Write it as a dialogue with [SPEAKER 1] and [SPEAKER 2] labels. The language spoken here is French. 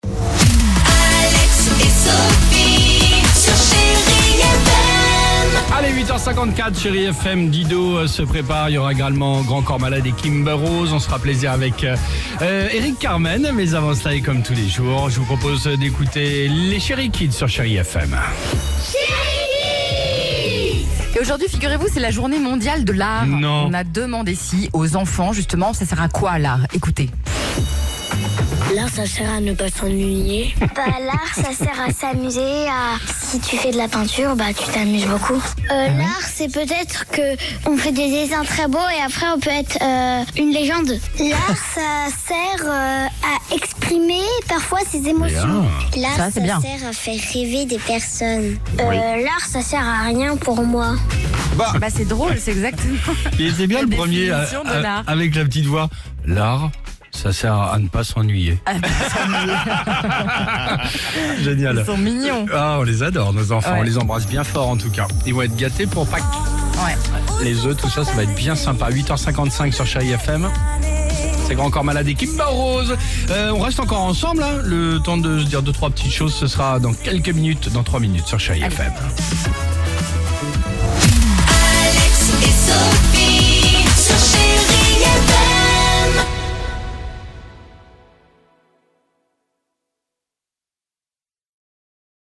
[SPEAKER 1] Alex et Sophie sur Chérie FM.
[SPEAKER 2] Allez, 8h54, chérie FM, Dido euh, se prépare. Il y aura également Grand Corps Malade et Kimber Rose. On sera plaisir avec euh, euh, Eric Carmen. Mais avant cela, et comme tous les jours, je vous propose d'écouter les Chéri Kids sur Chéri FM.
[SPEAKER 3] Et aujourd'hui, figurez-vous, c'est la journée mondiale de l'art.
[SPEAKER 2] Non.
[SPEAKER 3] On a demandé si aux enfants, justement, ça sert à quoi l'art Écoutez.
[SPEAKER 4] L'art, ça sert à ne pas s'ennuyer.
[SPEAKER 5] Bah, l'art, ça sert à s'amuser. À... Si tu fais de la peinture, bah, tu t'amuses beaucoup.
[SPEAKER 3] Ah
[SPEAKER 5] l'art, c'est peut-être que on fait des dessins très beaux et après on peut être euh, une légende. L'art, ça sert euh, à exprimer parfois ses émotions. L'art,
[SPEAKER 3] Ça, c'est ça bien.
[SPEAKER 5] sert à faire rêver des personnes. Euh, l'art, ça sert à rien pour moi.
[SPEAKER 3] Bah, c'est drôle, c'est exact.
[SPEAKER 2] Il était bien
[SPEAKER 3] La
[SPEAKER 2] le premier euh,
[SPEAKER 3] définition de
[SPEAKER 2] euh,
[SPEAKER 3] l'art.
[SPEAKER 2] avec la petite voix. L'art, ça sert à ne pas s'ennuyer.
[SPEAKER 3] Ah, bah,
[SPEAKER 2] Génial.
[SPEAKER 3] Ils sont mignons.
[SPEAKER 2] Ah, on les adore, nos enfants.
[SPEAKER 3] Ouais.
[SPEAKER 2] On les embrasse bien fort en tout cas. Ils vont être gâtés pour Pâques.
[SPEAKER 3] Ouais.
[SPEAKER 2] Les œufs, tout ça, ça va être bien sympa. 8h55 sur Chéri FM. C'est grand corps malade et Kimber Rose. Euh, on reste encore ensemble. hein. Le temps de se dire deux, trois petites choses, ce sera dans quelques minutes, dans trois minutes sur Chéri FM.
[SPEAKER 1] Alex et Sophie